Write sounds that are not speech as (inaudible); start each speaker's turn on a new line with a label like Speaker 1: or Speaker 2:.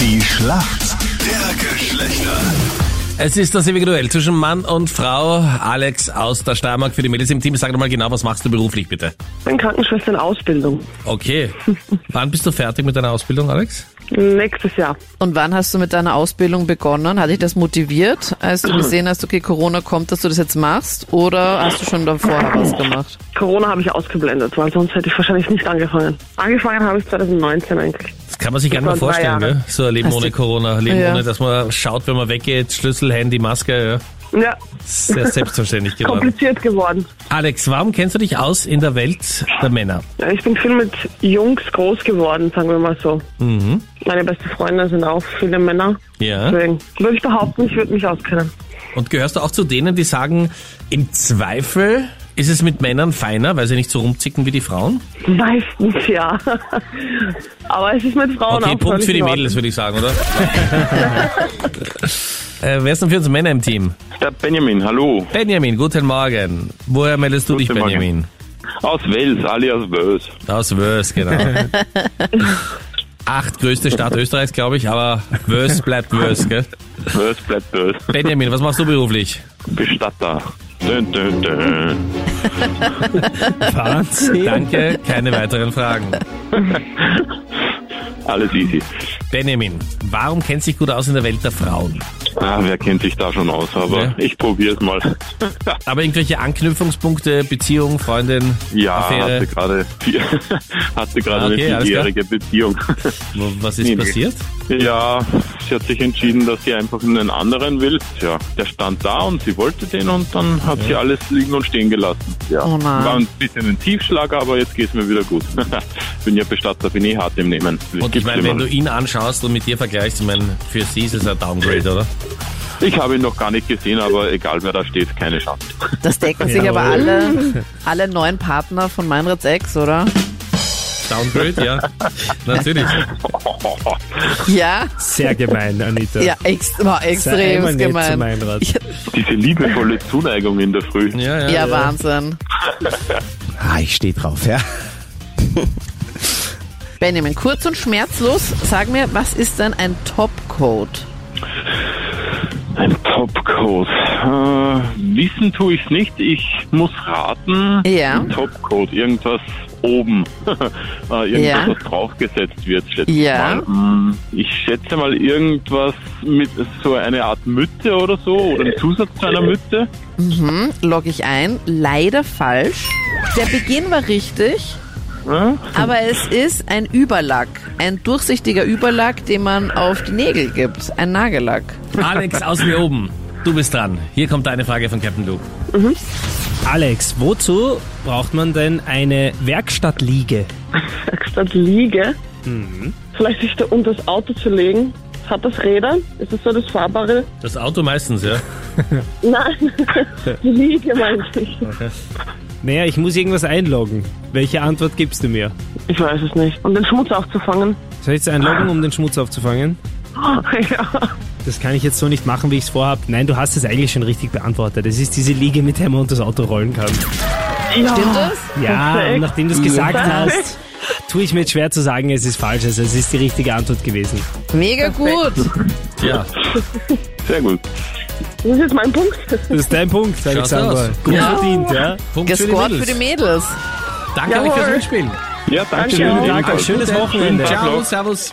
Speaker 1: Die Schlacht der Geschlechter.
Speaker 2: Es ist das ewige Duell zwischen Mann und Frau. Alex aus der Steiermark für die Mädels im Team. Sag doch mal genau, was machst du beruflich bitte?
Speaker 3: bin Krankenschwester in Ausbildung.
Speaker 4: (laughs)
Speaker 2: Okay. Wann bist du fertig mit deiner Ausbildung, Alex?
Speaker 3: Nächstes Jahr.
Speaker 4: Und wann hast du mit deiner Ausbildung begonnen? Hat dich das motiviert, als du gesehen hast, okay, Corona kommt, dass du das jetzt machst? Oder hast du schon davor was gemacht?
Speaker 3: Corona habe ich ausgeblendet, weil sonst hätte ich wahrscheinlich nicht angefangen. Angefangen habe ich 2019 eigentlich.
Speaker 2: Das kann man sich gar nicht
Speaker 3: waren
Speaker 2: mehr vorstellen,
Speaker 3: drei Jahre.
Speaker 2: gell? So ein Leben
Speaker 4: Hast
Speaker 2: ohne
Speaker 4: du-
Speaker 2: Corona, Leben
Speaker 4: Ja.
Speaker 2: ohne, dass man schaut, wenn man weggeht, Schlüssel, Handy, Maske, ja.
Speaker 3: Ja,
Speaker 4: (laughs)
Speaker 2: Sehr selbstverständlich geworden.
Speaker 3: kompliziert geworden.
Speaker 2: Alex, warum kennst du dich aus in der Welt der Männer?
Speaker 3: Ja, ich bin viel mit Jungs groß geworden, sagen wir mal so. Meine besten Freunde sind auch viele Männer.
Speaker 2: Ja.
Speaker 3: Deswegen würde ich behaupten, ich würde mich auskennen.
Speaker 2: Und gehörst du auch zu denen, die sagen, im Zweifel ist es mit Männern feiner, weil sie nicht so rumzicken wie die Frauen?
Speaker 3: Meistens ja. (laughs) Aber es ist mit Frauen
Speaker 2: Okay,
Speaker 3: auch
Speaker 2: Punkt
Speaker 3: völlig
Speaker 2: für die
Speaker 3: in Ordnung.
Speaker 2: Mädels, würde ich sagen,
Speaker 3: (laughs)
Speaker 2: oder? äh, wer ist denn für uns Männer im Team?
Speaker 5: Der Benjamin, hallo.
Speaker 2: Benjamin, guten Morgen. Woher meldest du dich,
Speaker 5: Guten Morgen.
Speaker 2: Benjamin?
Speaker 5: Aus Wels, alias Wels.
Speaker 2: Aus Wörs,
Speaker 5: (laughs)
Speaker 2: genau. Acht größte Stadt Österreichs, glaube ich, aber Wörs bleibt Wörs, gell?
Speaker 5: Wels bleibt Wels.
Speaker 2: Benjamin, was machst du beruflich?
Speaker 5: Bestatter. Dün, dün, dün.
Speaker 2: Wahnsinn. Danke, keine weiteren Fragen.
Speaker 5: Alles easy.
Speaker 2: Benjamin, warum kennst du dich gut aus in der Welt der Frauen?
Speaker 5: Ah, wer kennt sich da schon aus, aber
Speaker 2: Ja.
Speaker 5: ich probier's mal.
Speaker 2: Aber irgendwelche Anknüpfungspunkte, Beziehung, Freundin,
Speaker 5: Ja,
Speaker 2: Affäre,
Speaker 5: hatte gerade vier- (laughs) hatte gerade
Speaker 2: Ah, äh, okay,
Speaker 5: eine
Speaker 2: alles klar.
Speaker 5: vierjährige Beziehung. (laughs)
Speaker 2: wo- was ist
Speaker 5: Nee, nee.
Speaker 2: passiert?
Speaker 5: Ja, sie hat sich entschieden, dass sie einfach einen anderen will. Ja, der stand da und sie wollte den und dann hat sie alles liegen und stehen gelassen. Ja,
Speaker 4: Oh nein.
Speaker 5: war ein bisschen ein Tiefschlag, aber jetzt geht's mir wieder gut. (laughs) bin ja Bestatter, bin eh hart im Nehmen.
Speaker 2: Und ich meine, wenn du ihn anschaust und mit dir vergleichst, ich meine, für sie ist es ein Downgrade, oder?
Speaker 5: Ich habe ihn noch gar nicht gesehen, aber egal wer da steht, keine Chance. (laughs)
Speaker 4: Das decken sich aber alle, alle neuen Partner von Meinrads Ex, oder?
Speaker 2: Downgrade, ja. Natürlich.
Speaker 4: Ja,
Speaker 6: Sehr gemein, Anita.
Speaker 4: ja, ex war
Speaker 6: Sei einmal
Speaker 4: extrem
Speaker 6: nett zu
Speaker 4: gemein.
Speaker 6: meinem Rat.
Speaker 5: Diese liebevolle Zuneigung in der Früh.
Speaker 2: Ja, ja.
Speaker 4: Ja, Wahnsinn.
Speaker 6: Ah, ich stehe drauf, ja.
Speaker 4: Benjamin, kurz und schmerzlos, sag mir, was ist denn ein Topcode?
Speaker 5: Ein Topcode. Äh, wissen tue ich's nicht. Ich muss raten.
Speaker 4: Ja.
Speaker 5: Ein Topcode. Irgendwas oben. (laughs) äh, irgendwas,
Speaker 4: Ja.
Speaker 5: was draufgesetzt wird, schätze
Speaker 4: Ja.
Speaker 5: ich mal. Mm, Ich schätze mal irgendwas mit so eine Art Mütze oder so. Oder ein Zusatz zu einer Mütze.
Speaker 4: Logge ich ein, leider falsch. Der Beginn war richtig,
Speaker 5: Ja?
Speaker 4: Aber es ist ein Überlack. Ein durchsichtiger Überlack, den man auf die Nägel gibt. Ein Nagellack.
Speaker 2: Alex aus mir oben. Du bist dran. Hier kommt deine Frage von Captain Luke.
Speaker 6: Mhm. Alex, wozu braucht man denn eine Werkstattliege?
Speaker 3: Statt Liege, Mhm. vielleicht sich da unter das Auto zu legen. Hat das Räder? Ist das so das Fahrbare?
Speaker 2: Das Auto meistens, ja.
Speaker 3: (laughs) Nein, die Liege meinte ich.
Speaker 6: Naja, ich muss irgendwas einloggen. Welche Antwort gibst du mir?
Speaker 3: Ich weiß es nicht. Um den Schmutz aufzufangen. (laughs)
Speaker 6: Soll ich jetzt einloggen, um den Schmutz aufzufangen?
Speaker 3: ja.
Speaker 6: Das kann ich jetzt so nicht machen, wie ich es vorhab. Nein, du hast es eigentlich schon richtig beantwortet. Es ist diese Liege, mit der man unter das Auto rollen kann.
Speaker 4: Stimmt das?
Speaker 6: Ja,
Speaker 3: Perfekt.
Speaker 6: und nachdem du es gesagt
Speaker 3: Perfekt.
Speaker 6: hast, tue ich mir jetzt schwer zu sagen, es ist falsch. Also es ist die richtige Antwort gewesen.
Speaker 2: Ah,
Speaker 4: Mega gut.
Speaker 2: Ja,
Speaker 5: Sehr gut.
Speaker 3: Das ist jetzt mein Punkt.
Speaker 6: Das ist dein Punkt, Alexander.
Speaker 2: aus.
Speaker 6: Gut
Speaker 4: Ja.
Speaker 6: verdient, ja?
Speaker 2: Punkt
Speaker 4: Gescored
Speaker 2: für die Mädels.
Speaker 4: für die Mädels.
Speaker 2: Danke, Alex, fürs Mitspielen.
Speaker 5: Ja, danke.
Speaker 6: Schönen
Speaker 5: schön.
Speaker 6: Tag, ein schönes Wochenende.
Speaker 2: Ciao, servus.